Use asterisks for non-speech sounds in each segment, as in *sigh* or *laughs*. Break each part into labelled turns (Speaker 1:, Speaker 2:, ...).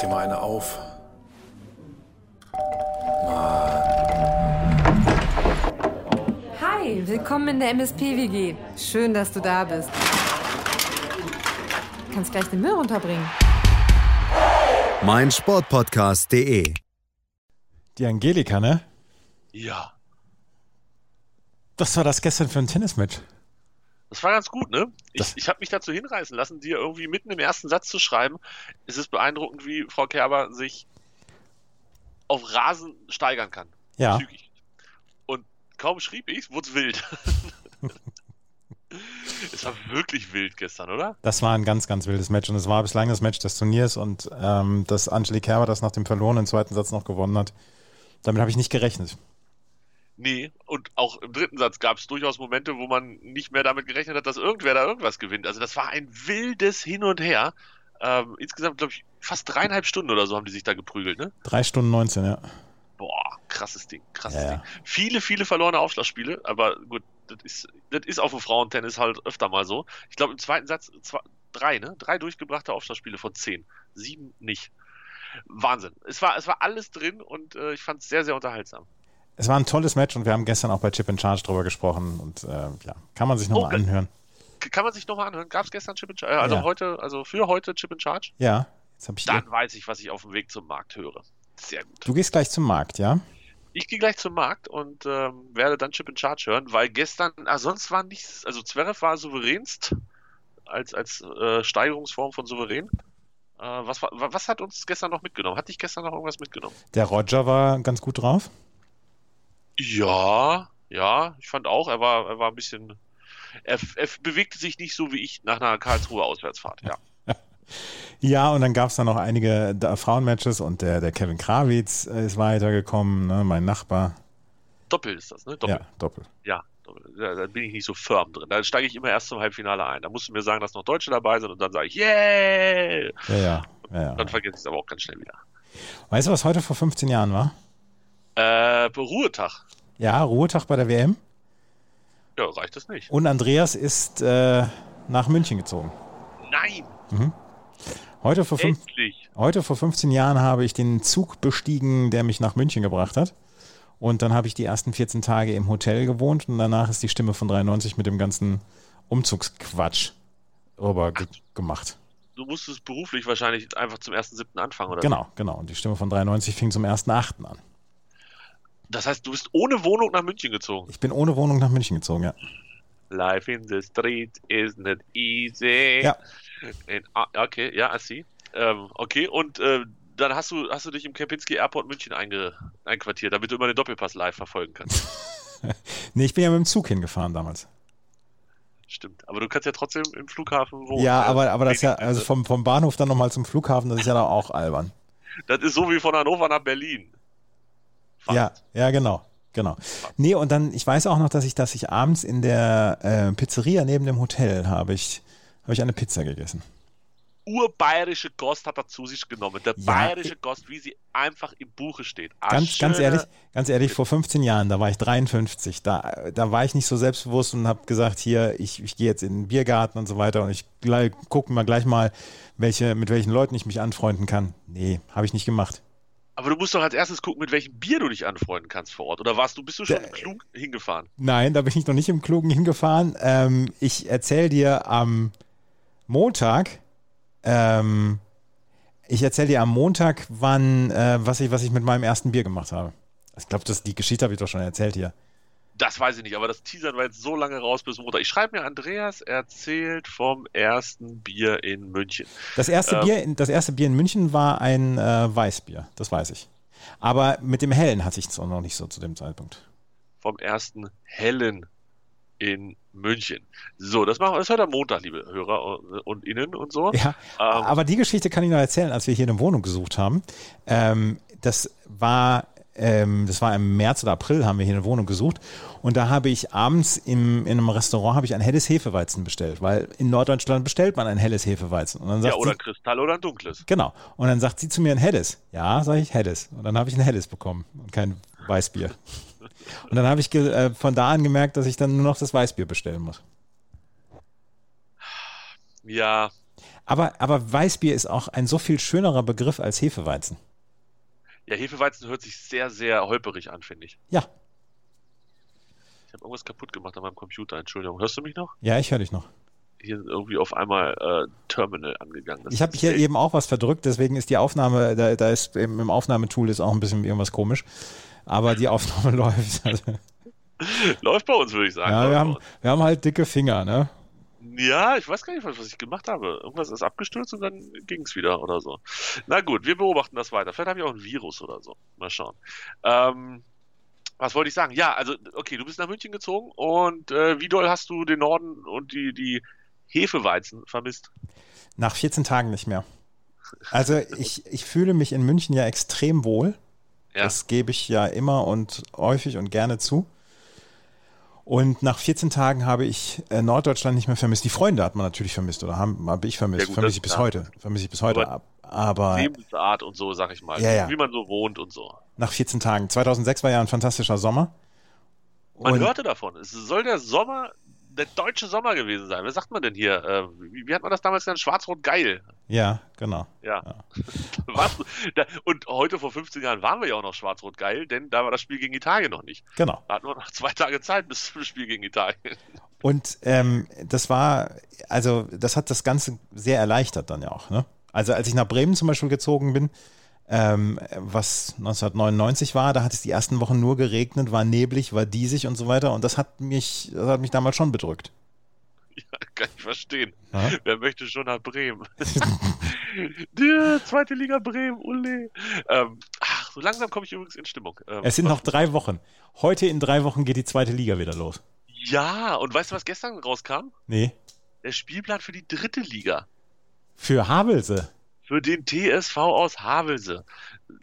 Speaker 1: dir mal eine auf.
Speaker 2: Hi, willkommen in der MSP-WG. Schön, dass du da bist. Du kannst gleich den Müll runterbringen.
Speaker 3: mein Sportpodcast.de.
Speaker 4: Die Angelika, ne?
Speaker 5: Ja.
Speaker 4: Das war das gestern für ein Tennismatch.
Speaker 5: Das war ganz gut, ne? Ich,
Speaker 4: Das-
Speaker 5: ich habe mich dazu hinreißen lassen, dir irgendwie mitten im ersten Satz zu schreiben. Es ist beeindruckend, wie Frau Kerber sich auf Rasen steigern kann.
Speaker 4: Ja.
Speaker 5: Zügig. Und kaum schrieb ich, wurde
Speaker 4: *laughs*
Speaker 5: es wild. es war wirklich wild gestern, oder?
Speaker 4: Das war ein ganz, ganz wildes Match und es war bislang das Match des Turniers und ähm, dass Angelique Kerber das nach dem verlorenen zweiten Satz noch gewonnen hat, damit habe ich nicht gerechnet.
Speaker 5: Nee, und auch im dritten Satz gab es durchaus Momente, wo man nicht mehr damit gerechnet hat, dass irgendwer da irgendwas gewinnt. Also das war ein wildes Hin und Her. Ähm, insgesamt, glaube ich, fast dreieinhalb Stunden oder so haben die sich da geprügelt, ne?
Speaker 4: Drei Stunden 19, ja.
Speaker 5: Boah, krasses Ding, krasses
Speaker 4: Ja, ja.
Speaker 5: Ding. Viele, viele verlorene Aufschlagspiele, aber gut, das ist, das ist auf dem Frauentennis halt öfter mal so. Ich glaube, im zweiten Satz zwei, drei, ne? Drei durchgebrachte Aufschlagspiele von zehn. Sieben nicht. Wahnsinn. Es war, es war alles drin und äh, ich fand es sehr, sehr unterhaltsam.
Speaker 4: Es war ein tolles Match und wir haben gestern auch bei Chip in Charge drüber gesprochen und äh, ja, kann man sich nochmal
Speaker 5: Oh, ge-
Speaker 4: anhören.
Speaker 5: K- Kann man sich nochmal anhören? Gab es gestern Chip in Charge? Also
Speaker 4: Ja.
Speaker 5: heute, also für heute Chip in Charge?
Speaker 4: Ja, jetzt habe ich.
Speaker 5: Dann weiß ich, was ich auf dem Weg zum Markt höre. Sehr gut.
Speaker 4: Du gehst gleich zum Markt, ja?
Speaker 5: Ich gehe gleich zum Markt und ähm, werde dann Chip in Charge hören, weil gestern, ah, sonst war nichts, also Zverev war souveränst als, als äh, Steigerungsform von souverän. Äh, was, war- wa- was hat uns gestern noch mitgenommen? Hat dich gestern noch irgendwas mitgenommen?
Speaker 4: Der Roger war ganz gut drauf.
Speaker 5: Ja, ja, ich fand auch, er war, er war ein bisschen, er, er bewegte sich nicht so wie ich nach einer Karlsruher Auswärtsfahrt, ja.
Speaker 4: Ja, und dann gab es da noch einige da Frauenmatches und der, der Kevin Krawitz äh, ist weitergekommen, ne? mein Nachbar.
Speaker 5: Doppel ist das, ne? Doppel.
Speaker 4: Ja, doppel.
Speaker 5: Ja, da, da bin ich nicht so firm drin. Da steige ich immer erst zum Halbfinale ein. Da musst du mir sagen, dass noch Deutsche dabei sind und dann sage ich, yeah!
Speaker 4: Ja, ja. ja, ja.
Speaker 5: Dann vergesse ich es aber auch ganz schnell wieder.
Speaker 4: Weißt du, was heute vor 15 Jahren war?
Speaker 5: Äh, Ruhetag.
Speaker 4: Ja, Ruhetag bei der WM.
Speaker 5: Ja, reicht das nicht.
Speaker 4: Und Andreas ist äh, nach München gezogen.
Speaker 5: Nein,
Speaker 4: Heute vor, fünf,
Speaker 5: endlich.
Speaker 4: heute vor 15 Jahren habe ich den Zug bestiegen, der mich nach München gebracht hat. Und dann habe ich die ersten 14 Tage im Hotel gewohnt und danach ist die Stimme von 93 mit dem ganzen Umzugsquatsch rüber ge gemacht.
Speaker 5: Du musstest beruflich wahrscheinlich einfach zum 1.7. anfangen, oder?
Speaker 4: Genau, genau. Und die Stimme von 93 fing zum 1.8. an.
Speaker 5: Das heißt, du bist ohne Wohnung nach München gezogen.
Speaker 4: Ich bin ohne Wohnung nach München gezogen, ja.
Speaker 5: Life in the street is not easy.
Speaker 4: Ja.
Speaker 5: In, ah, okay, ja, I see. Ähm, okay, und äh, dann hast du, hast du dich im Kempinski Airport München einge, einquartiert, damit du immer den Doppelpass live
Speaker 4: *laughs*
Speaker 5: verfolgen kannst.
Speaker 4: Nee, ich bin ja mit dem Zug hingefahren damals.
Speaker 5: Stimmt. Aber du kannst ja trotzdem im Flughafen wohnen.
Speaker 4: Ja, aber, aber das ist ja,
Speaker 5: wenigstens.
Speaker 4: also vom, vom Bahnhof dann nochmal zum Flughafen, das ist ja da auch albern.
Speaker 5: Das ist so wie von Hannover nach Berlin. Fast.
Speaker 4: Ja, ja, genau. Genau. Nee, und dann, ich weiß auch noch, dass ich, dass ich abends in der äh, Pizzeria neben dem Hotel habe ich, habe ich eine Pizza gegessen.
Speaker 5: urbayerische Gost hat er zu sich genommen. Der
Speaker 4: Ja,
Speaker 5: bayerische Gost, wie sie einfach im Buche steht. Ah,
Speaker 4: Ganz, ganz
Speaker 5: schöne-
Speaker 4: ehrlich, ganz ehrlich, vor 15 Jahren, da war ich 53, da, da war ich nicht so selbstbewusst und habe gesagt, hier, ich, ich gehe jetzt in den Biergarten und so weiter und ich gucke mal gleich mal, welche, mit welchen Leuten ich mich anfreunden kann. Nee, habe ich nicht gemacht.
Speaker 5: Aber du musst doch als erstes gucken, mit welchem Bier du dich anfreunden kannst vor Ort. Oder warst du, bist du schon
Speaker 4: Der-
Speaker 5: klug hingefahren?
Speaker 4: Nein, da bin ich noch nicht im Klugen hingefahren. Ähm, ich erzähle dir am Montag, ähm, ich erzähle dir am Montag, wann, äh, was, ich, was ich mit meinem ersten Bier gemacht habe. Ich glaube, die Geschichte habe ich doch schon erzählt hier.
Speaker 5: Das weiß ich nicht, aber das Teasern war jetzt so lange raus bis Montag. Ich schreibe mir, Andreas erzählt vom ersten Bier in München.
Speaker 4: Das erste,
Speaker 5: Ähm.
Speaker 4: Bier, in, das erste Bier in München war ein äh, Weißbier, das weiß ich. Aber mit dem Hellen hatte ich es auch noch nicht so zu dem Zeitpunkt.
Speaker 5: Vom ersten Hellen in München. So, das machen wir, das hört am Montag, liebe Hörer und Innen und so.
Speaker 4: Ja,
Speaker 5: Ähm,
Speaker 4: aber die Geschichte kann ich noch erzählen, als wir hier eine Wohnung gesucht haben. Ähm, das war. Ähm, das war im März oder April, haben wir hier eine Wohnung gesucht. Und da habe ich abends im, in einem Restaurant habe ich ein helles Hefeweizen bestellt, weil in Norddeutschland bestellt man ein helles Hefeweizen. Und dann sagt
Speaker 5: ja oder ein
Speaker 4: sie,
Speaker 5: Kristall oder ein dunkles.
Speaker 4: genau. Und dann sagt sie zu mir ein helles. Ja, sage ich helles. Und dann habe ich ein helles bekommen und kein Weißbier. und dann habe ich ge, äh, von da an gemerkt, dass ich dann nur noch das Weißbier bestellen muss.
Speaker 5: Ja,
Speaker 4: Aber, aber Weißbier ist auch ein so viel schönerer Begriff als Hefeweizen.
Speaker 5: Ja, Hefeweizen hört sich sehr, sehr holperig an, finde ich.
Speaker 4: Ja,
Speaker 5: Ich habe irgendwas kaputt gemacht an meinem Computer, Entschuldigung. Hörst du mich noch?
Speaker 4: ja, ich höre dich noch.
Speaker 5: Hier ist irgendwie auf einmal äh, Terminal angegangen. Das
Speaker 4: Ich habe
Speaker 5: ist
Speaker 4: hier
Speaker 5: echt-
Speaker 4: eben auch was verdrückt, deswegen ist die Aufnahme, da, da ist im im Aufnahmetool ist auch ein bisschen irgendwas komisch. Aber die Aufnahme *laughs* läuft. Also,
Speaker 5: *laughs* Läuft bei uns, würde ich sagen.
Speaker 4: ja,
Speaker 5: Läuft
Speaker 4: wir
Speaker 5: bei
Speaker 4: haben,
Speaker 5: uns.
Speaker 4: wir haben halt dicke Finger, ne?
Speaker 5: ja, ich weiß gar nicht, was was ich gemacht habe. Irgendwas ist abgestürzt und dann ging es wieder oder so. Na gut, wir beobachten das weiter. Vielleicht habe ich auch ein Virus oder so. Mal schauen. Ähm, was wollte ich sagen? Ja, also, okay, du bist nach München gezogen und äh, wie doll hast du den Norden und die, die Hefeweizen vermisst?
Speaker 4: Nach 14 Tagen nicht mehr. Also ich, ich fühle mich in München ja extrem wohl.
Speaker 5: Ja.
Speaker 4: Das gebe ich ja immer und häufig und gerne zu. Und nach 14 Tagen habe ich äh, Norddeutschland nicht mehr vermisst. Die Freunde hat man natürlich vermisst oder haben- habe ich vermisst.
Speaker 5: Ja, gut, das
Speaker 4: vermisse ich bis
Speaker 5: ist klar.
Speaker 4: heute. Vermisse ich bis heute.
Speaker 5: Aber
Speaker 4: ab. Aber
Speaker 5: Lebensart und so, sag ich mal.
Speaker 4: Ja, ja.
Speaker 5: Wie man so wohnt und so.
Speaker 4: nach 14 Tagen. 2006 war ja ein fantastischer Sommer.
Speaker 5: Man
Speaker 4: Und-
Speaker 5: hörte davon. Es soll der Sommer, der deutsche Sommer gewesen sein. Was sagt man denn hier? Äh, wie, wie hat man das damals genannt? Schwarz-Rot geil.
Speaker 4: Ja, genau.
Speaker 5: Ja. *laughs* Was? Da, und heute vor 15 Jahren waren wir ja auch noch Schwarz-Rot geil, denn da war das Spiel gegen Italien noch nicht.
Speaker 4: Genau.
Speaker 5: Da hatten wir noch zwei Tage Zeit bis zum Spiel gegen Italien. *laughs*
Speaker 4: Und ähm, das war, also das hat das Ganze sehr erleichtert dann ja auch. Ne? Also als ich nach Bremen zum Beispiel gezogen bin, ähm, was 1999 war, da hat es die ersten Wochen nur geregnet, war neblig, war diesig und so weiter. Und das hat mich, das hat mich damals schon bedrückt.
Speaker 5: Ja, kann ich verstehen.
Speaker 4: Ja.
Speaker 5: Wer möchte schon
Speaker 4: *laughs*
Speaker 5: nach Bremen? die zweite Liga Bremen, Ule. Ähm, ach, so langsam komme ich übrigens in Stimmung. Ähm,
Speaker 4: Es sind noch drei Wochen. Heute in drei Wochen geht die zweite Liga wieder los.
Speaker 5: ja, und weißt du, was gestern rauskam?
Speaker 4: Nee,
Speaker 5: Der Spielplan für die dritte Liga.
Speaker 4: für Havelse.
Speaker 5: für den TSV aus Havelse.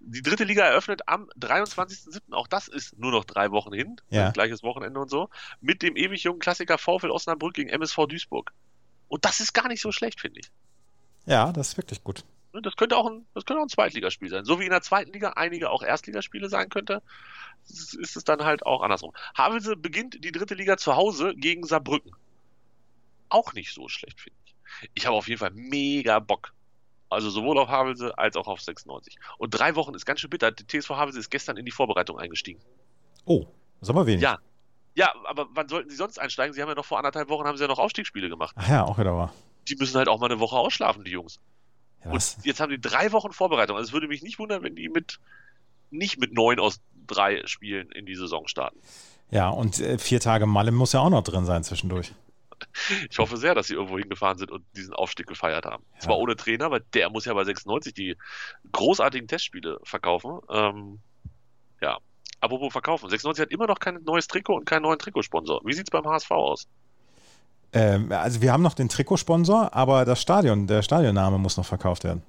Speaker 5: Die dritte Liga eröffnet am 23.07. Auch das ist nur noch drei Wochen hin. Also
Speaker 4: Ja.
Speaker 5: Gleiches Wochenende und so. Mit dem ewig jungen Klassiker VfL Osnabrück gegen MSV Duisburg. Und das ist gar nicht so schlecht, finde ich.
Speaker 4: Ja, das ist wirklich gut.
Speaker 5: Ne, Das könnte, auch ein, das könnte auch ein Zweitligaspiel sein. So wie in der zweiten Liga einige auch Erstligaspiele sein könnte, s- ist es dann halt auch andersrum. Havelse beginnt die dritte Liga zu Hause gegen Saarbrücken. Auch nicht so schlecht, finde ich. Ich habe auf jeden Fall mega Bock. Also sowohl auf Havelse als auch auf 96. Und drei Wochen ist ganz schön bitter. Die TSV Havelse ist gestern in die Vorbereitung eingestiegen.
Speaker 4: Oh, das ist aber wenig.
Speaker 5: Ja. Ja, aber wann sollten sie sonst einsteigen? Sie haben ja noch vor anderthalb Wochen haben sie ja noch Aufstiegsspiele gemacht.
Speaker 4: Ach ja, auch wieder wahr.
Speaker 5: Die müssen halt auch mal eine Woche ausschlafen, die Jungs.
Speaker 4: Ja, das-
Speaker 5: Und jetzt haben die drei Wochen Vorbereitung. Also es würde mich nicht wundern, wenn die mit nicht mit neun aus drei Spielen in die Saison starten.
Speaker 4: ja und äh, vier Tage Malle muss ja auch noch drin sein zwischendurch.
Speaker 5: Ich hoffe sehr, dass sie irgendwo hingefahren sind und diesen Aufstieg gefeiert haben. Zwar ohne Trainer, aber der muss ja bei 96 die großartigen Testspiele verkaufen. Ähm, ja, apropos verkaufen. 96 hat immer noch kein neues Trikot und keinen neuen Trikotsponsor. Wie sieht's beim HSV aus?
Speaker 4: Ähm, also wir haben noch den Trikotsponsor, aber das Stadion, der Stadionname muss noch verkauft werden.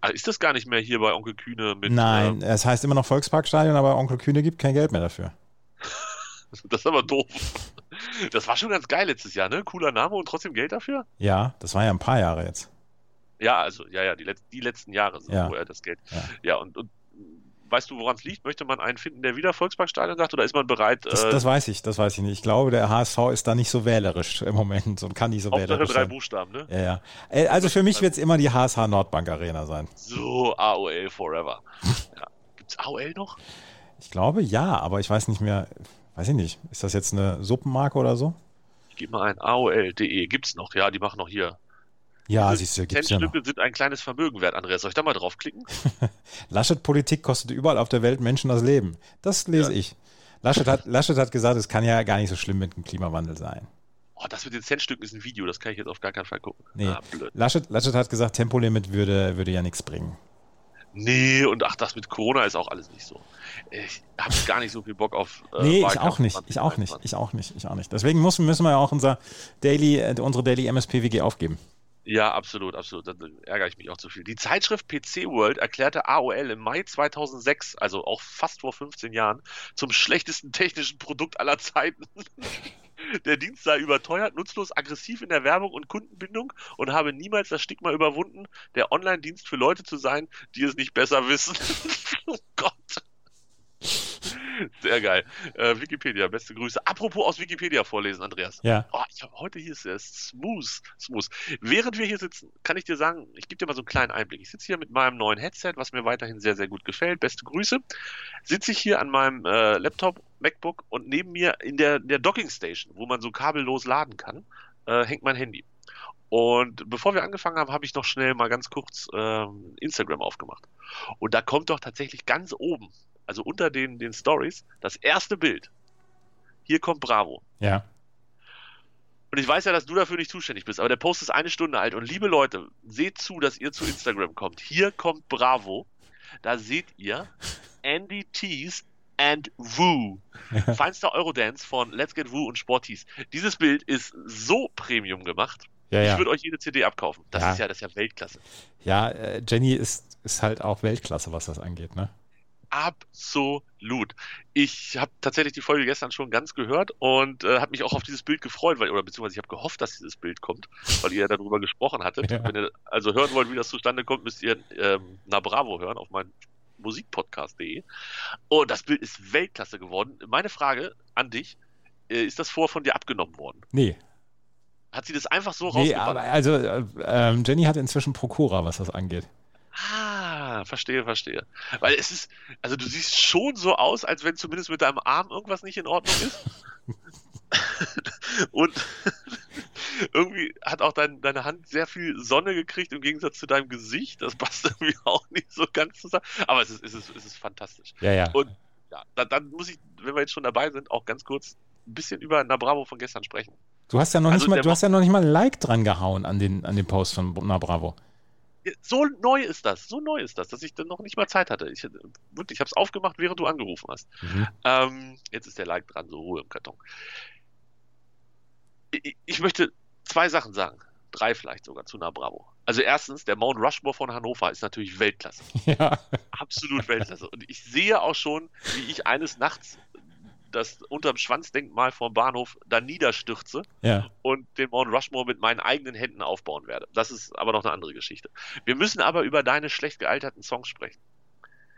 Speaker 5: Also ist das gar nicht mehr hier bei Onkel Kühne mit. äh,
Speaker 4: Nein, es heißt immer noch Volksparkstadion, aber Onkel Kühne gibt kein Geld mehr dafür.
Speaker 5: Ähm, *laughs* das ist aber doof. Das war schon ganz geil letztes Jahr, ne? Cooler Name und trotzdem Geld dafür?
Speaker 4: Ja, das war ja ein paar Jahre jetzt.
Speaker 5: Ja, also, ja, ja, die, letz die letzten Jahre sind,
Speaker 4: Ja.
Speaker 5: wo er das Geld.
Speaker 4: Ja.
Speaker 5: Ja, und, und weißt du, woran es liegt? Möchte man einen finden, der wieder Volksparkstadion sagt oder ist man bereit,
Speaker 4: Das,
Speaker 5: äh,
Speaker 4: das weiß ich, das weiß ich nicht. Ich glaube, der HSV ist da nicht so wählerisch im Moment und kann nicht so
Speaker 5: Hauptsache
Speaker 4: wählerisch
Speaker 5: drei
Speaker 4: sein.
Speaker 5: Buchstaben, ne?
Speaker 4: Ja, ja. Äh, Also für mich wird es immer die HSH Nordbank Arena sein.
Speaker 5: So, AOL
Speaker 4: *laughs*
Speaker 5: Forever. ja. Gibt's AOL noch?
Speaker 4: Ich glaube ja, aber ich weiß nicht mehr, weiß ich nicht, ist das jetzt eine Suppenmarke oder so?
Speaker 5: Ich gebe mal ein AOL.de. E. Gibt's noch? Ja, die machen noch hier. Äh,
Speaker 4: Ja, siehst du, gibt's ja noch.
Speaker 5: Centstücke sind ein kleines Vermögen wert, Andreas. Soll ich da mal draufklicken?
Speaker 4: Laschet Politik kostet überall auf der Welt Menschen das Leben. Das lese ich. Laschet hat, Laschet hat gesagt, es kann ja gar nicht so schlimm mit dem Klimawandel sein.
Speaker 5: Oh, das mit den Centstücken ist ein Video. Das kann ich jetzt auf gar keinen Fall gucken.
Speaker 4: Nee.
Speaker 5: Ah, blöd.
Speaker 4: Laschet, Laschet hat gesagt, Tempolimit würde, würde ja nichts bringen.
Speaker 5: Nee, und ach, das mit Corona ist auch alles nicht so. Ich habe gar nicht so viel Bock auf. Äh,
Speaker 4: Nee, ich
Speaker 5: Wahlkampf
Speaker 4: auch nicht. Ich auch nicht.
Speaker 5: 2021.
Speaker 4: Ich auch nicht. Ich auch nicht. Deswegen müssen, müssen wir ja auch unser Daily, äh, unsere Daily MSPWG aufgeben.
Speaker 5: Ja, absolut, absolut. Da ärgere ich mich auch zu viel. Die Zeitschrift PC World erklärte AOL im Mai 2006, also auch fast vor 15 Jahren, zum schlechtesten technischen Produkt aller Zeiten. *laughs* Der Dienst sei überteuert, nutzlos, aggressiv in der Werbung und Kundenbindung und habe niemals das Stigma überwunden, der Online-Dienst *laughs* für Leute zu sein, die es nicht besser wissen. oh Gott. Sehr geil. Äh, Wikipedia, beste Grüße. Apropos aus Wikipedia vorlesen, Andreas.
Speaker 4: Ja.
Speaker 5: Oh, ich hab, heute hier ist der Smooth. Smooth. Während wir hier sitzen, kann ich dir sagen, ich gebe dir mal so einen kleinen Einblick. Ich sitze hier mit meinem neuen Headset, was mir weiterhin sehr, sehr gut gefällt. Beste Grüße. Sitze ich hier an meinem äh, Laptop, MacBook und neben mir in der, der Docking Station, wo man so kabellos laden kann, äh, hängt mein Handy. Und bevor wir angefangen haben, habe ich noch schnell mal ganz kurz ähm, Instagram aufgemacht. Und da kommt doch tatsächlich ganz oben, also unter den, den Stories, das erste Bild. Hier kommt Bravo.
Speaker 4: Ja.
Speaker 5: Und ich weiß ja, dass du dafür nicht zuständig bist, aber der Post ist eine Stunde alt. Und liebe Leute, seht zu, dass ihr zu Instagram kommt. Hier kommt Bravo. Da seht ihr Andy Tees and Woo.
Speaker 4: *laughs*
Speaker 5: Feinster Eurodance von Let's Get Woo und Sporties. Dieses Bild ist so Premium gemacht.
Speaker 4: Ja, ja.
Speaker 5: Ich würde euch jede CD abkaufen. Das
Speaker 4: Ja.
Speaker 5: ist ja, das ist ja Weltklasse.
Speaker 4: Ja, äh, Jenny ist, ist halt auch Weltklasse, was das angeht, ne?
Speaker 5: Absolut. Ich habe tatsächlich die Folge gestern schon ganz gehört und äh, habe mich auch auf dieses Bild gefreut, weil, oder beziehungsweise ich habe gehofft, dass dieses Bild kommt, weil ihr ja darüber gesprochen
Speaker 4: *laughs*
Speaker 5: hattet.
Speaker 4: Ja.
Speaker 5: Wenn ihr also hören wollt, wie das zustande kommt, müsst ihr ähm, Na Bravo hören auf meinem Musikpodcast.de. Und das Bild ist Weltklasse geworden. Meine Frage an dich, äh, ist das vor von dir abgenommen worden?
Speaker 4: Nee.
Speaker 5: Hat sie das einfach so
Speaker 4: Nee,
Speaker 5: rausgepackt?
Speaker 4: aber also äh, ähm, Jenny hat inzwischen Prokura, was das angeht.
Speaker 5: Ah, verstehe, verstehe. Weil es ist, also du siehst schon so aus, als wenn zumindest mit deinem Arm irgendwas nicht in Ordnung ist. *laughs* und *laughs* irgendwie hat auch dein, deine Hand sehr viel Sonne gekriegt im Gegensatz zu deinem Gesicht. Das passt *laughs* irgendwie auch nicht so ganz zusammen. Aber es ist, es ist, es ist fantastisch.
Speaker 4: Ja, ja.
Speaker 5: Und ja, dann, dann muss ich, wenn wir jetzt schon dabei sind, auch ganz kurz ein bisschen über Na Bravo von gestern sprechen.
Speaker 4: Du hast ja noch
Speaker 5: Also
Speaker 4: nicht mal,
Speaker 5: der
Speaker 4: du hast ja noch nicht mal ein Like dran gehauen an den, an den Post von Na Bravo.
Speaker 5: So neu ist das, so neu ist das, dass ich dann noch nicht mal Zeit hatte. Ich, äh, wirklich, ich habe es aufgemacht, während du angerufen hast. Ähm, jetzt ist der Like dran, so Ruhe im Karton. Ich, ich möchte zwei Sachen sagen. Drei vielleicht sogar zu Na Bravo. Also erstens, der Mount Rushmore von Hannover ist natürlich Weltklasse.
Speaker 4: *laughs* Ja.
Speaker 5: Absolut Weltklasse. Und ich sehe auch schon, wie ich eines Nachts das unterm Schwanzdenkmal vom Bahnhof da niederstürze
Speaker 4: Ja.
Speaker 5: und den Mount Rushmore mit meinen eigenen Händen aufbauen werde. Das ist aber noch eine andere Geschichte. Wir müssen aber über deine schlecht gealterten Songs sprechen.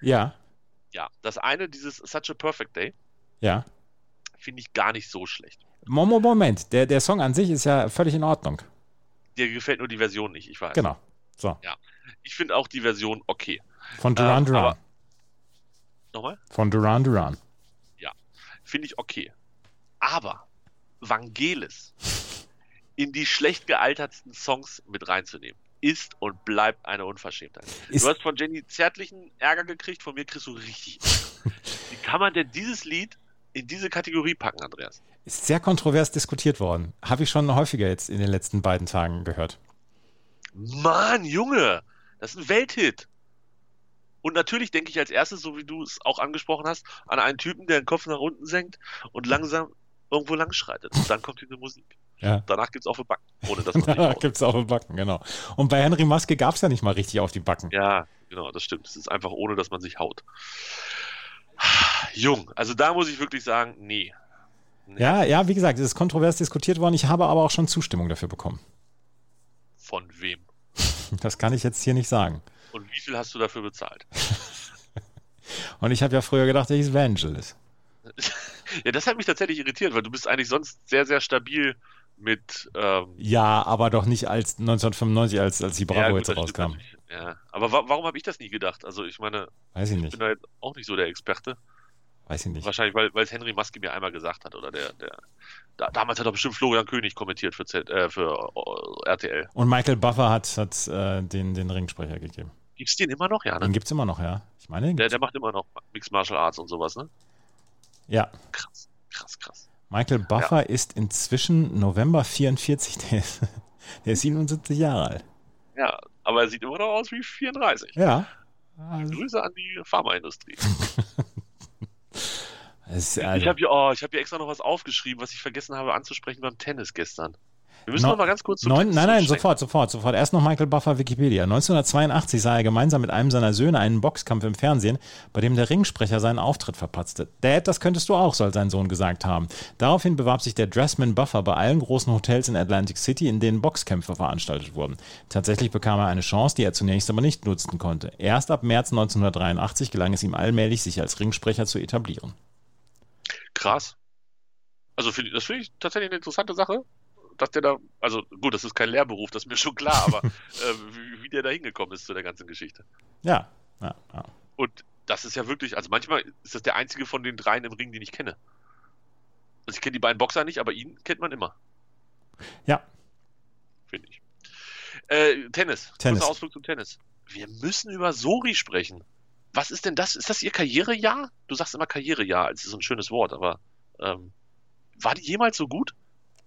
Speaker 4: Ja.
Speaker 5: Ja, das eine, dieses Such a Perfect Day,
Speaker 4: Ja.
Speaker 5: finde ich gar nicht so schlecht.
Speaker 4: Momo, Moment, der, der Song an sich ist ja völlig in Ordnung.
Speaker 5: Dir gefällt nur die Version nicht, ich weiß.
Speaker 4: Genau. So.
Speaker 5: Ich finde auch die Version okay.
Speaker 4: Von Duran
Speaker 5: Ähm,
Speaker 4: Duran.
Speaker 5: aber- Nochmal?
Speaker 4: Von Duran Duran.
Speaker 5: Finde ich okay. Aber
Speaker 4: *laughs*
Speaker 5: Vangelis in die schlecht gealtertsten Songs mit reinzunehmen, ist und bleibt eine Unverschämtheit.
Speaker 4: Ist-
Speaker 5: du hast von Jenny zärtlichen Ärger gekriegt, von mir kriegst du richtig.
Speaker 4: *laughs*
Speaker 5: Ärger. Wie kann man denn dieses Lied in diese Kategorie packen, Andreas?
Speaker 4: Ist sehr kontrovers diskutiert worden. Habe ich schon häufiger jetzt in den letzten beiden Tagen gehört.
Speaker 5: Mann, Junge, das ist ein Welthit. Und natürlich denke ich als erstes, so wie du es auch angesprochen hast, an einen Typen, der den Kopf nach unten senkt und langsam irgendwo lang schreitet. Und dann kommt diese Musik.
Speaker 4: Ja.
Speaker 5: Danach gibt's auf den Backen, ohne
Speaker 4: *laughs*
Speaker 5: dass man sich
Speaker 4: Da
Speaker 5: raus.
Speaker 4: gibt es auf den Backen, genau. Und bei Henry Maske gab es ja nicht mal richtig auf die Backen.
Speaker 5: Ja, genau, das stimmt. Es ist einfach ohne, dass man sich haut. Jung, also da muss ich wirklich sagen, nee.
Speaker 4: Ja, ja, wie gesagt, es ist kontrovers diskutiert worden. Ich habe aber auch schon Zustimmung dafür bekommen.
Speaker 5: Von wem?
Speaker 4: Das kann ich jetzt hier nicht sagen.
Speaker 5: Und wie viel hast du dafür bezahlt?
Speaker 4: Und ich habe ja früher gedacht, ich ist Vangelis.
Speaker 5: Ja, das hat mich tatsächlich irritiert, weil du bist eigentlich sonst sehr, sehr stabil mit ähm,
Speaker 4: Ja, aber doch nicht als 1995, als, als die Bravo
Speaker 5: gut,
Speaker 4: jetzt
Speaker 5: das stimmt
Speaker 4: rauskam.
Speaker 5: natürlich. Ja, aber wa warum habe ich das nie gedacht? Also ich meine,
Speaker 4: Weiß ich
Speaker 5: ich bin
Speaker 4: nicht.
Speaker 5: da jetzt auch nicht so der Experte.
Speaker 4: Weiß ich nicht.
Speaker 5: Wahrscheinlich, weil weil es Henry Maske mir einmal gesagt hat oder der der da, damals hat doch bestimmt Florian König kommentiert für Z, äh, für äh, RTL.
Speaker 4: Und Michael Buffer hat, hat äh, den, den Ringsprecher gegeben.
Speaker 5: Gibt's den immer noch, ja,
Speaker 4: Den
Speaker 5: ne?
Speaker 4: gibt es immer noch, ja. Ich meine, den
Speaker 5: Der,
Speaker 4: gibt's.
Speaker 5: der macht immer noch Mixed Martial Arts und sowas, ne?
Speaker 4: ja.
Speaker 5: Krass, krass, krass.
Speaker 4: Michael Buffer ist inzwischen November 44. *laughs* Der ist, der ist 77 Jahre alt.
Speaker 5: Ja, aber er sieht immer noch aus wie 34.
Speaker 4: Ja. also
Speaker 5: Grüße an die Pharmaindustrie.
Speaker 4: Es,
Speaker 5: Ich habe hier, oh, ich hab hier extra noch was aufgeschrieben, was ich vergessen habe anzusprechen beim Tennis gestern. Wir müssen
Speaker 4: No-
Speaker 5: noch mal ganz kurz zum
Speaker 4: Neun,
Speaker 5: Tennis
Speaker 4: nein, nein,
Speaker 5: zurückstecken.
Speaker 4: sofort, sofort, sofort. Erst noch Michael Buffer, Wikipedia. 1982 sah er gemeinsam mit einem seiner Söhne einen Boxkampf im Fernsehen, bei dem der Ringsprecher seinen Auftritt verpatzte. Dad, das könntest du auch, soll sein Sohn gesagt haben. Daraufhin bewarb sich der Dressman Buffer bei allen großen Hotels in Atlantic City, in denen Boxkämpfe veranstaltet wurden. Tatsächlich bekam er eine Chance, die er zunächst aber nicht nutzen konnte. Erst ab März 1983 gelang es ihm allmählich, sich als Ringsprecher zu etablieren.
Speaker 5: Krass. Also finde ich, das finde ich tatsächlich eine interessante Sache, dass der da, also gut, das ist kein Lehrberuf, das ist mir schon klar, aber äh, wie, wie der da hingekommen ist zu der ganzen Geschichte.
Speaker 4: Ja. ja, ja.
Speaker 5: Und das ist ja wirklich, also manchmal ist das der einzige von den dreien im Ring, den ich kenne. Also ich kenne die beiden Boxer nicht, aber ihn kennt man immer.
Speaker 4: Ja.
Speaker 5: Finde ich. Äh, Tennis.
Speaker 4: Tennis.
Speaker 5: Kurzer Ausflug zum Tennis. Wir müssen über Sori sprechen. Was ist denn das? Ist das ihr Karrierejahr? Du sagst immer Karrierejahr, es ist ein schönes Wort, aber ähm, war die jemals so gut?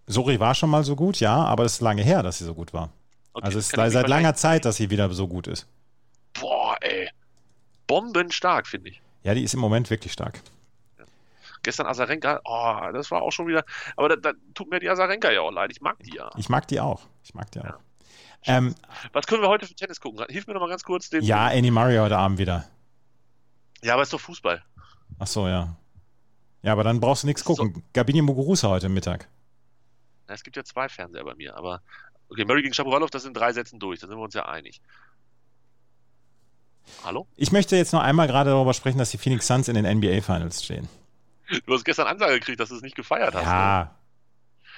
Speaker 4: Sori war schon mal so gut, ja, aber das ist lange her, dass sie so gut war.
Speaker 5: Okay,
Speaker 4: also es
Speaker 5: das
Speaker 4: ist
Speaker 5: kann ich
Speaker 4: le-
Speaker 5: nicht
Speaker 4: seit
Speaker 5: vergleichen.
Speaker 4: langer Zeit, dass sie wieder so gut ist.
Speaker 5: Boah, ey. Bombenstark, finde ich.
Speaker 4: Ja, die ist im Moment wirklich stark.
Speaker 5: Gestern Asarenka, oh, das war auch schon wieder. Aber da, da tut mir die Asarenka ja auch leid. Ich mag die ja.
Speaker 4: Ich mag die auch. Ich mag die auch. Ähm,
Speaker 5: Was können wir heute für Tennis gucken? Hilf mir noch mal ganz kurz den.
Speaker 4: ja, Annie Murray heute Abend wieder.
Speaker 5: ja aber ist doch Fußball.
Speaker 4: Ach so, ja. Ja, aber dann brauchst du nichts gucken. Gabini Muguruza heute Mittag.
Speaker 5: Na, es gibt ja zwei Fernseher bei mir, aber. Okay, Murray gegen Shapovalov, das sind drei Sätzen durch, da sind wir uns ja einig. Hallo?
Speaker 4: Ich möchte jetzt noch einmal gerade darüber sprechen, dass die Phoenix Suns in den NBA Finals stehen.
Speaker 5: Du hast gestern Ansage gekriegt, dass du es nicht gefeiert hast.
Speaker 4: Ja,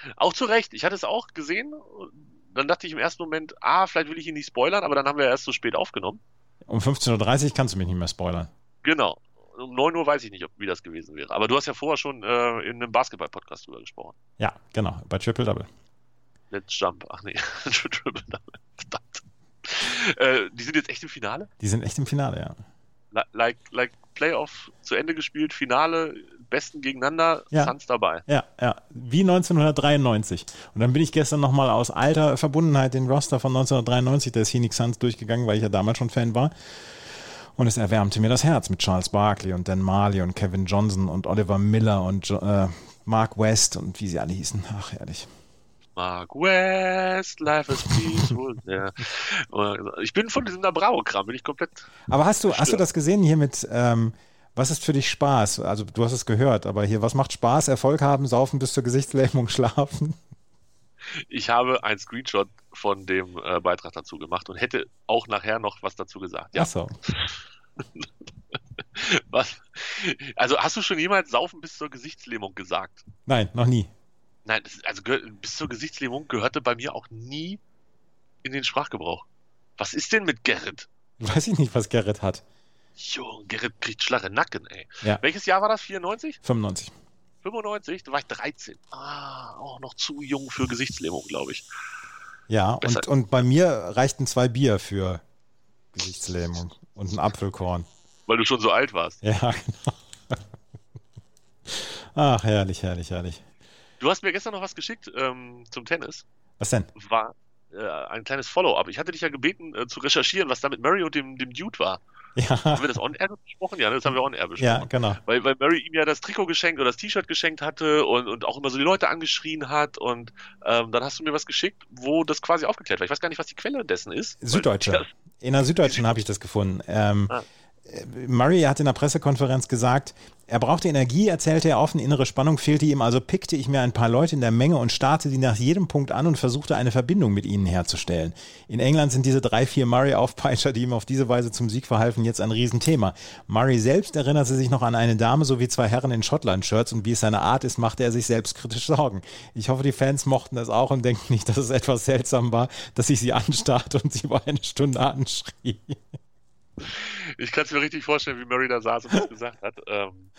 Speaker 5: ne? Auch zu Recht. Ich hatte es auch gesehen. und Dann dachte ich im ersten Moment, ah, vielleicht will ich ihn nicht spoilern, aber dann haben wir ja erst so spät aufgenommen.
Speaker 4: um 15.30 Uhr kannst du mich nicht mehr spoilern.
Speaker 5: Genau. Um 9 Uhr weiß ich nicht, ob, wie das gewesen wäre. Aber du hast ja vorher schon äh, in einem Basketball-Podcast drüber gesprochen.
Speaker 4: Ja, genau, bei Triple Double.
Speaker 5: Let's Jump. Ach nee, *laughs* Triple Double. Verdammt. Äh, die sind jetzt echt im Finale?
Speaker 4: Die sind echt im Finale, ja.
Speaker 5: Li- Like, like Playoff zu Ende gespielt, Finale, Besten gegeneinander,
Speaker 4: Ja.
Speaker 5: Suns dabei.
Speaker 4: Ja, ja, wie 1993. Und dann bin ich gestern nochmal aus alter Verbundenheit den Roster von 1993 der Phoenix Suns durchgegangen, weil ich ja damals schon Fan war. Und es erwärmte mir das Herz mit Charles Barkley und Dan Marley und Kevin Johnson und Oliver Miller und Jo- äh, Mark West und wie sie alle hießen. Ach, herrlich.
Speaker 5: Mark West, Life is Peaceful.
Speaker 4: *laughs*
Speaker 5: ja. Äh, Ich bin von diesem Nabrao-Kram, bin ich komplett.
Speaker 4: Aber hast du, hast du
Speaker 5: Stimmt.
Speaker 4: das gesehen hier mit, ähm, was ist für dich Spaß? Also du hast es gehört, aber hier, was macht Spaß? Erfolg haben, saufen bis zur Gesichtslähmung, schlafen.
Speaker 5: Ich habe einen Screenshot von dem äh, Beitrag dazu gemacht und hätte auch nachher noch was dazu gesagt. Ja,
Speaker 4: Ach so.
Speaker 5: was? Also hast du schon jemals Saufen bis zur Gesichtslähmung gesagt?
Speaker 4: Nein, noch nie.
Speaker 5: Nein, das ist, also gehör- bis zur Gesichtslähmung gehörte bei mir auch nie in den Sprachgebrauch. Was ist denn mit Gerrit?
Speaker 4: Weiß ich nicht, was Gerrit hat.
Speaker 5: Junge, Gerrit kriegt schlache Nacken, ey.
Speaker 4: Ja.
Speaker 5: Welches Jahr war das? 94?
Speaker 4: 95.
Speaker 5: 95? Da war ich 13. Ah, auch noch zu jung für Gesichtslähmung, glaube ich.
Speaker 4: Ja,
Speaker 5: Besser.
Speaker 4: und, und bei mir reichten zwei Bier für Gesichtslähmung und ein Apfelkorn. *laughs*
Speaker 5: Weil du schon so alt warst.
Speaker 4: Ja, genau. Ach, herrlich, herrlich, herrlich.
Speaker 5: Du hast mir gestern noch was geschickt ähm, zum Tennis.
Speaker 4: Was denn? *laughs*
Speaker 5: War äh, ein kleines Follow-up. Ich hatte dich ja gebeten, äh, zu recherchieren, was da mit Murray und dem, dem Dude war.
Speaker 4: Ja,
Speaker 5: Haben wir das on-air besprochen? Ja, ne, das haben wir on-air besprochen.
Speaker 4: ja genau.
Speaker 5: weil, weil Mary ihm ja das Trikot geschenkt oder das T-Shirt geschenkt hatte und, und auch immer so die Leute angeschrien hat und ähm, dann hast du mir was geschickt, wo das quasi aufgeklärt war. Ich weiß gar nicht, was die Quelle dessen ist. Weil-
Speaker 4: Süddeutsche.
Speaker 5: Ja,
Speaker 4: In der Süddeutschen habe ich das gefunden. Ähm,
Speaker 5: Ah.
Speaker 4: äh, Murray hat in der Pressekonferenz gesagt, er brauchte Energie, erzählte er offen, innere Spannung fehlte ihm, also pickte ich mir ein paar Leute in der Menge und starrte die nach jedem Punkt an und versuchte eine Verbindung mit ihnen herzustellen. In England sind diese drei, vier Murray-Aufpeitscher, die ihm auf diese Weise zum Sieg verhalfen, jetzt ein Riesenthema. Murray selbst erinnerte sich noch an eine Dame sowie zwei Herren in Schottland-Shirts und wie es seine Art ist, machte er sich selbstkritisch Sorgen. Ich hoffe, die Fans mochten das auch und denken nicht, dass es etwas seltsam war, dass ich sie anstarrte und sie über eine Stunde anschrie.
Speaker 5: Ich kann es mir richtig vorstellen, wie Mary da saß und das gesagt hat. Ähm,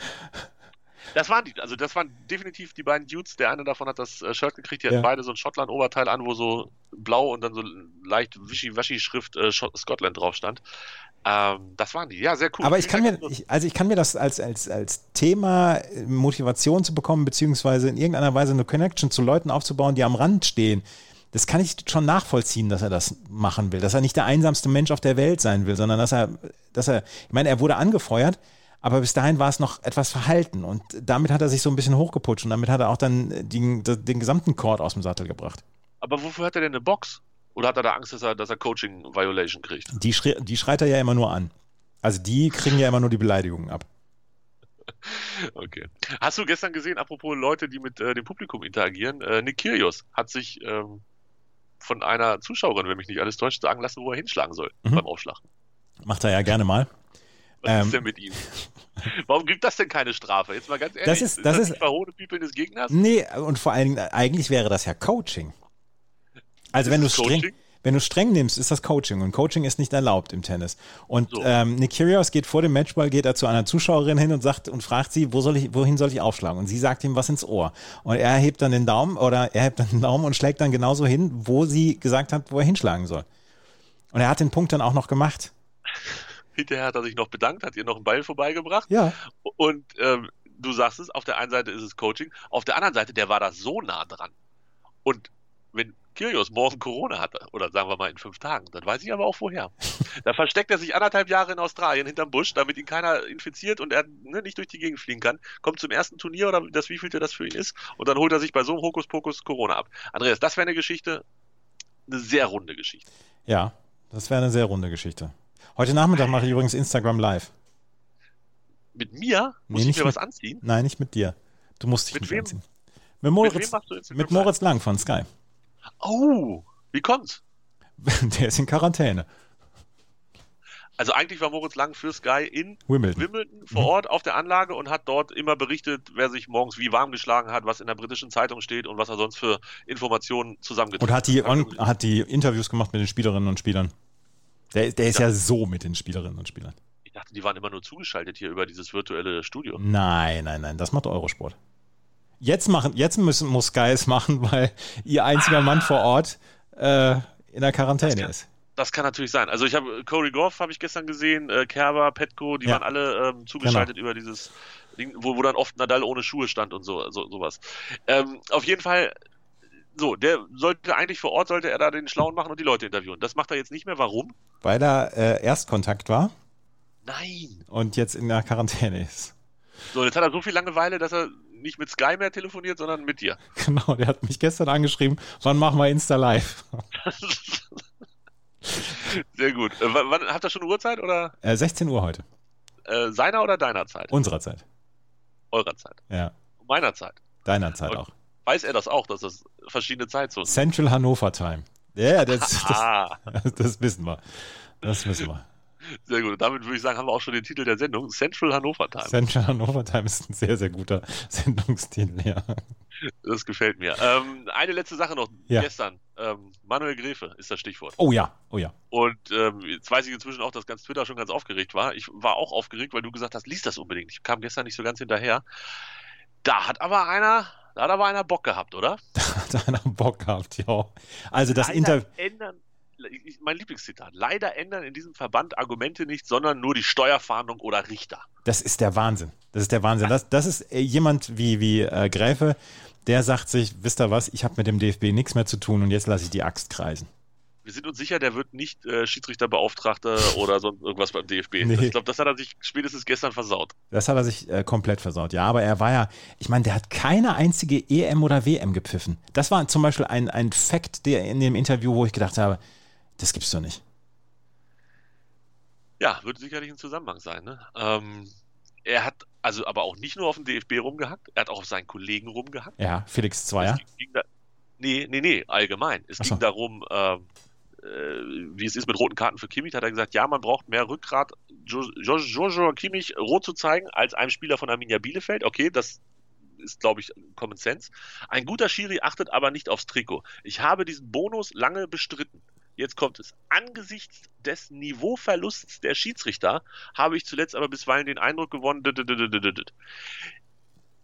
Speaker 5: das waren die, also das waren definitiv die beiden Dudes. Der eine davon hat das äh, Shirt gekriegt, die hatten
Speaker 4: Ja.
Speaker 5: beide so ein Schottland-Oberteil an, wo so blau und dann so leicht wischiwaschi-Schrift äh, Schott- Scotland drauf stand. Ähm, das waren die, ja, sehr cool.
Speaker 4: Aber ich kann
Speaker 5: Vielen
Speaker 4: mir,
Speaker 5: Dank.
Speaker 4: ich, also ich kann mir das als, als, als Thema äh, Motivation zu bekommen, beziehungsweise in irgendeiner Weise eine Connection zu Leuten aufzubauen, die am Rand stehen. Das kann ich schon nachvollziehen, dass er das machen will, dass er nicht der einsamste Mensch auf der Welt sein will, sondern dass er, dass er, ich meine, er wurde angefeuert, aber bis dahin war es noch etwas verhalten und damit hat er sich so ein bisschen hochgeputscht und damit hat er auch dann äh, den, den gesamten Chord aus dem Sattel gebracht.
Speaker 5: Aber wofür hat er denn eine Box? Oder hat er da Angst, dass er, dass er Coaching-Violation kriegt? *laughs*
Speaker 4: Die, schrie, die schreit er ja immer nur an. Also die kriegen ja immer nur die Beleidigungen ab.
Speaker 5: Okay. Hast du gestern gesehen, apropos Leute, die mit äh, dem Publikum interagieren, äh, Nick Kyrgios hat sich ähm, von einer Zuschauerin, wenn mich nicht alles täuscht, sagen lassen, wo er hinschlagen soll beim Aufschlag.
Speaker 4: Macht er ja gerne mal.
Speaker 5: Was
Speaker 4: Mhm. Ähm.
Speaker 5: ist denn mit ihm? Warum gibt das denn keine Strafe? Jetzt mal ganz ehrlich.
Speaker 4: ist- das ist-
Speaker 5: nicht verhohne People des Gegners?
Speaker 4: Nee, und vor allen Dingen, eigentlich wäre das ja Coaching. Also
Speaker 5: Ist
Speaker 4: wenn du
Speaker 5: es
Speaker 4: streng,
Speaker 5: Coaching?
Speaker 4: wenn du streng nimmst, ist das Coaching und Coaching ist nicht erlaubt im Tennis. Und ähm, Nick Kyrgios geht vor dem Matchball, geht er zu einer Zuschauerin hin und sagt und fragt sie, wo soll ich, wohin soll ich aufschlagen? Und sie sagt ihm was ins Ohr. Und er hebt dann den Daumen oder er hebt dann den Daumen und schlägt dann genauso hin, wo sie gesagt hat, wo er hinschlagen soll. Und er hat den Punkt dann auch noch gemacht.
Speaker 5: Hinterher hat er sich noch bedankt, hat ihr noch einen Ball vorbeigebracht.
Speaker 4: Ja.
Speaker 5: Und ähm, du sagst es, auf der einen Seite ist es Coaching, auf der anderen Seite, der war da so nah dran. Und wenn Kyrgios morgen Corona hatte, oder sagen wir mal in fünf Tagen, dann weiß ich aber
Speaker 4: *laughs*
Speaker 5: auch woher. Da versteckt er sich anderthalb Jahre in Australien hinterm Busch, damit ihn keiner infiziert und er ne, nicht durch die Gegend fliegen kann. Kommt zum ersten Turnier oder das wievielte das für ihn ist und dann holt er sich bei so einem Hokuspokus Corona ab. Andreas, das wäre eine Geschichte, eine sehr runde Geschichte.
Speaker 4: Ja, das wäre eine sehr runde Geschichte. Heute Nachmittag mache ich übrigens Instagram live.
Speaker 5: Mit mir
Speaker 4: Nee,
Speaker 5: muss ich
Speaker 4: nicht
Speaker 5: mir was
Speaker 4: mit-
Speaker 5: anziehen.
Speaker 4: Nein, nicht mit dir. Du musst dich
Speaker 5: Mit
Speaker 4: nicht
Speaker 5: wem?
Speaker 4: anziehen. Mit
Speaker 5: Mit wem
Speaker 4: Moritz,
Speaker 5: machst du Instagram
Speaker 4: mit Moritz Lang von Sky. *laughs*
Speaker 5: Oh, wie kommt's?
Speaker 4: Der ist in Quarantäne.
Speaker 5: Also eigentlich war Moritz Lang für Sky in
Speaker 4: Wimbledon.
Speaker 5: Wimbledon vor
Speaker 4: Mhm.
Speaker 5: Ort auf der Anlage und hat dort immer berichtet, wer sich morgens wie warm geschlagen hat, was in der britischen Zeitung steht und was er sonst für Informationen
Speaker 4: Und
Speaker 5: zusammengetragen Also,
Speaker 4: hat die, on, hat die Interviews gemacht mit den Spielerinnen und Spielern. Der, der ist ja. so mit den Spielerinnen und Spielern.
Speaker 5: Ich dachte, die waren immer nur zugeschaltet hier über dieses virtuelle
Speaker 4: Mhm.
Speaker 5: Studio.
Speaker 4: Nein, nein, nein, das macht Eurosport. Jetzt, machen, jetzt müssen, muss Sky es machen, weil ihr einziger Mann vor Ort äh, in der Quarantäne ist.
Speaker 5: Das kann natürlich sein. Also ich habe Corey Goff habe ich gestern gesehen, äh, Kerber, Petko, die
Speaker 4: Ja. Genau.
Speaker 5: waren alle ähm, zugeschaltet über dieses Ding, wo, wo dann oft Nadal ohne Schuhe stand und so, so sowas. Ähm, auf jeden Fall, so, der sollte eigentlich vor Ort sollte er da den Schlauen machen und die Leute interviewen. Das macht er jetzt nicht mehr. Warum?
Speaker 4: Weil er äh, Erstkontakt war
Speaker 5: Nein.
Speaker 4: und jetzt in der Quarantäne ist. *laughs*
Speaker 5: So, jetzt hat er so viel Langeweile, dass er nicht mit Sky mehr telefoniert, sondern
Speaker 4: *laughs*
Speaker 5: mit dir.
Speaker 4: Genau, der hat mich gestern angeschrieben, wann machen wir Insta live?
Speaker 5: Sehr gut. Äh, wann, wann- habt ihr schon eine Uhrzeit oder
Speaker 4: Äh, 16 Uhr heute,
Speaker 5: äh, seiner oder deiner Zeit?
Speaker 4: unserer Zeit.
Speaker 5: Eurer Zeit.
Speaker 4: Ja,
Speaker 5: Meiner Zeit.
Speaker 4: deiner Zeit
Speaker 5: Und-
Speaker 4: auch.
Speaker 5: Weiß er das auch, dass das verschiedene Zeitzonen sind?
Speaker 4: Central Hannover Time. Ja, das, das,
Speaker 5: Ah,
Speaker 4: Das *laughs* wissen wir. Das wissen wir.
Speaker 5: sehr gut. Und damit würde ich sagen, haben wir auch schon den Titel der Sendung. Central Hannover Time.
Speaker 4: Central Hannover Time ist ein sehr, sehr guter Sendungstitel, ja.
Speaker 5: Das gefällt mir. Ähm, eine letzte Sache noch.
Speaker 4: Ja.
Speaker 5: Gestern. Ähm, Manuel Gräfe ist das Stichwort.
Speaker 4: Oh ja, oh ja. *laughs*
Speaker 5: Und ähm, jetzt weiß ich inzwischen auch, dass ganz Twitter schon ganz aufgeregt war. Ich war auch aufgeregt, weil du gesagt hast, lies das unbedingt. Ich kam gestern nicht so ganz hinterher. Da hat aber einer, da hat aber einer Bock gehabt, oder?
Speaker 4: Hat einer Bock gehabt, ja. Also das Interview.
Speaker 5: Leider ändern, ich- mein Lieblingszitat. Leider ändern in diesem Verband Argumente nicht, sondern nur die Steuerfahndung oder Richter.
Speaker 4: Das ist der Wahnsinn. Das ist der Wahnsinn. Das, das ist äh, jemand wie, wie äh, Gräfe, der sagt sich, wisst ihr was, ich habe mit dem DFB nichts mehr zu tun und jetzt lasse ich die Axt kreisen.
Speaker 5: Wir sind uns sicher, der wird nicht äh, Schiedsrichterbeauftragter oder sonst irgendwas beim DFB.
Speaker 4: Nee.
Speaker 5: Also Ich glaube, das hat er sich spätestens gestern versaut.
Speaker 4: Das hat er sich äh, komplett versaut. Ja, aber er war ja, ich meine, der hat keine einzige EM oder WM gepfiffen. Das war zum Beispiel ein, ein Fact der in dem Interview, wo ich gedacht habe, das gibt's doch nicht.
Speaker 5: Ja, wird sicherlich ein Zusammenhang sein. Ne? Ähm, er hat also aber auch nicht nur auf den DFB rumgehackt, er hat auch auf seinen Kollegen rumgehackt.
Speaker 4: Ah, Ja, Felix Zweier.
Speaker 5: Es ging da, nee, nee, nee, allgemein. Es
Speaker 4: Ach so.
Speaker 5: ging darum, ähm, äh, wie es ist mit roten Karten für Kimmich, hat er gesagt, ja, man braucht mehr Rückgrat, Jo- Jo- Joshua Kimmich rot zu zeigen, als einem Spieler von Arminia Bielefeld. Okay, das ist, glaube ich, Common Sense. Ein guter Schiri achtet aber nicht aufs Trikot. Ich habe diesen Bonus lange bestritten. Jetzt kommt es. Angesichts des Niveauverlusts der Schiedsrichter habe ich zuletzt aber bisweilen den Eindruck gewonnen, dit, dit, dit, dit, dit, dit.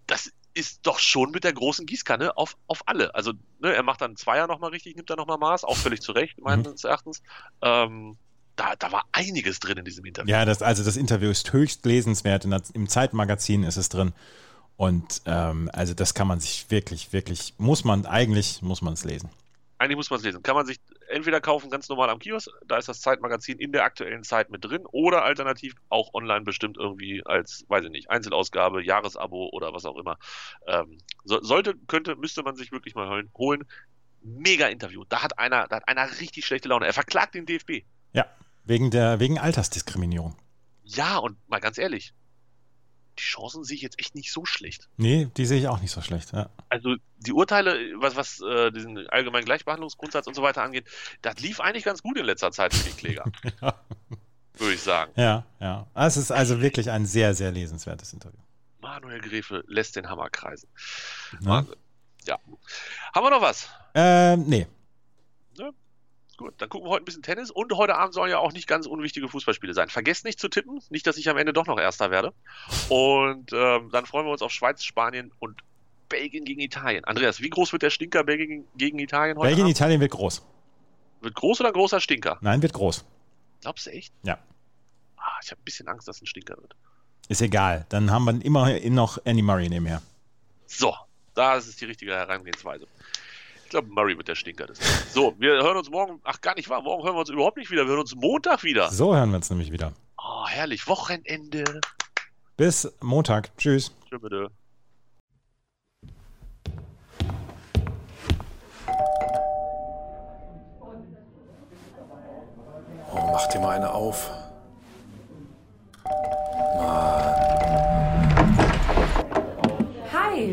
Speaker 5: das ist doch schon mit der großen Gießkanne auf, auf alle. Also ne, er macht dann Zweier nochmal richtig, nimmt dann nochmal Maß, auch völlig zu Recht, meines Erachtens. Ähm, da, da war einiges drin in diesem Interview.
Speaker 4: Ja, das, also das Interview ist höchst lesenswert. In der, Im Zeitmagazin ist es drin. Und ähm, also das kann man sich wirklich, wirklich, muss man, eigentlich muss man es lesen.
Speaker 5: Eigentlich muss man es lesen. Kann man sich entweder kaufen ganz normal am Kiosk, da ist das Zeitmagazin in der aktuellen Zeit mit drin, oder alternativ auch online bestimmt irgendwie als, weiß ich nicht, Einzelausgabe, Jahresabo oder was auch immer. Ähm, so, sollte, könnte, müsste man sich wirklich mal holen. holen. Mega Interview. Da hat einer, da hat einer richtig schlechte Laune. Er verklagt den DFB.
Speaker 4: Ja, wegen der, wegen Altersdiskriminierung.
Speaker 5: Ja, und mal ganz ehrlich, die Chancen sehe ich jetzt echt nicht so schlecht.
Speaker 4: Nee, die sehe ich auch nicht so schlecht. Ja. *laughs*
Speaker 5: Also die Urteile, was, was äh, diesen allgemeinen Gleichbehandlungsgrundsatz und so weiter angeht, das lief eigentlich ganz gut in letzter Zeit für die Kläger. würde ich sagen.
Speaker 4: Ja, ja. Es ist also wirklich ein sehr, sehr lesenswertes Interview.
Speaker 5: Manuel Gräfe lässt den Hammer kreisen.
Speaker 4: Ne?
Speaker 5: Wahnsinn. Ja. Haben wir noch was?
Speaker 4: Ähm, nee.
Speaker 5: Gut, dann gucken wir heute ein bisschen Tennis und heute Abend sollen ja auch nicht ganz unwichtige Fußballspiele sein. Vergesst nicht zu tippen, nicht, dass ich am Ende doch noch Erster werde. Und ähm, dann freuen wir uns auf Schweiz, Spanien und Belgien gegen Italien. Andreas, wie groß wird der Stinker Belgien gegen Italien heute?
Speaker 4: Belgien,
Speaker 5: Abend?
Speaker 4: Italien wird groß.
Speaker 5: Wird groß oder ein großer Stinker?
Speaker 4: Nein, wird groß.
Speaker 5: Glaubst du echt?
Speaker 4: Ja.
Speaker 5: Ah, ich habe ein bisschen Angst, dass es ein Stinker wird.
Speaker 4: Ist egal. Dann haben wir immerhin noch Andy Murray nebenher.
Speaker 5: So, das ist die richtige Herangehensweise. Ich glaube, Murray wird der Stinker. Des Tages. so, wir hören uns morgen. Ach, gar nicht wahr. Morgen hören wir uns überhaupt nicht wieder. Wir hören uns Montag wieder.
Speaker 4: So hören wir uns nämlich wieder.
Speaker 5: Oh, herrlich. Wochenende.
Speaker 4: Bis Montag. Tschüss.
Speaker 5: Tschö, bitte.
Speaker 1: Oh, mach dir mal eine auf.
Speaker 2: Hi,